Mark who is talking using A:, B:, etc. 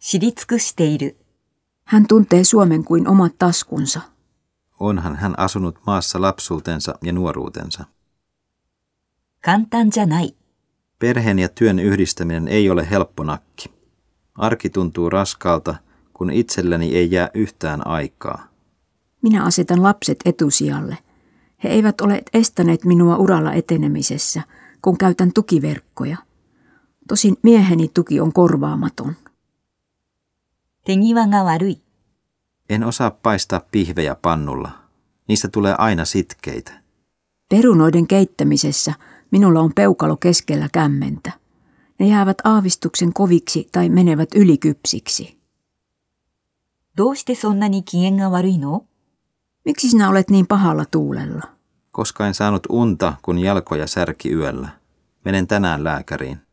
A: 知り尽くしている。
B: Hän tuntee Suomen kuin omat taskunsa.
C: Onhan hän asunut maassa lapsuutensa ja nuoruutensa.
A: 簡単じゃない。
C: Perheen ja työn yhdistäminen ei ole helppo nakki. Arki tuntuu raskaalta, kun itselleni ei jää yhtään aikaa.
B: Minä asetan lapset etusijalle. He eivät ole estäneet minua uralla etenemisessä, kun käytän tukiverkkoja. Tosin mieheni tuki on korvaamaton.
A: 手際が悪い。
C: En osaa paistaa pihvejä pannulla. Niistä tulee aina sitkeitä.
B: Perunoiden keittämisessä minulla on peukalo keskellä kämmentä. Ne jäävät aavistuksen koviksi tai menevät ylikypsiksi.
A: どうしてそんなに機嫌が悪いの
B: Miksi sinä olet niin pahalla tuulella?
C: Koska en saanut unta, kun jalkoja särki yöllä. Menen tänään lääkäriin.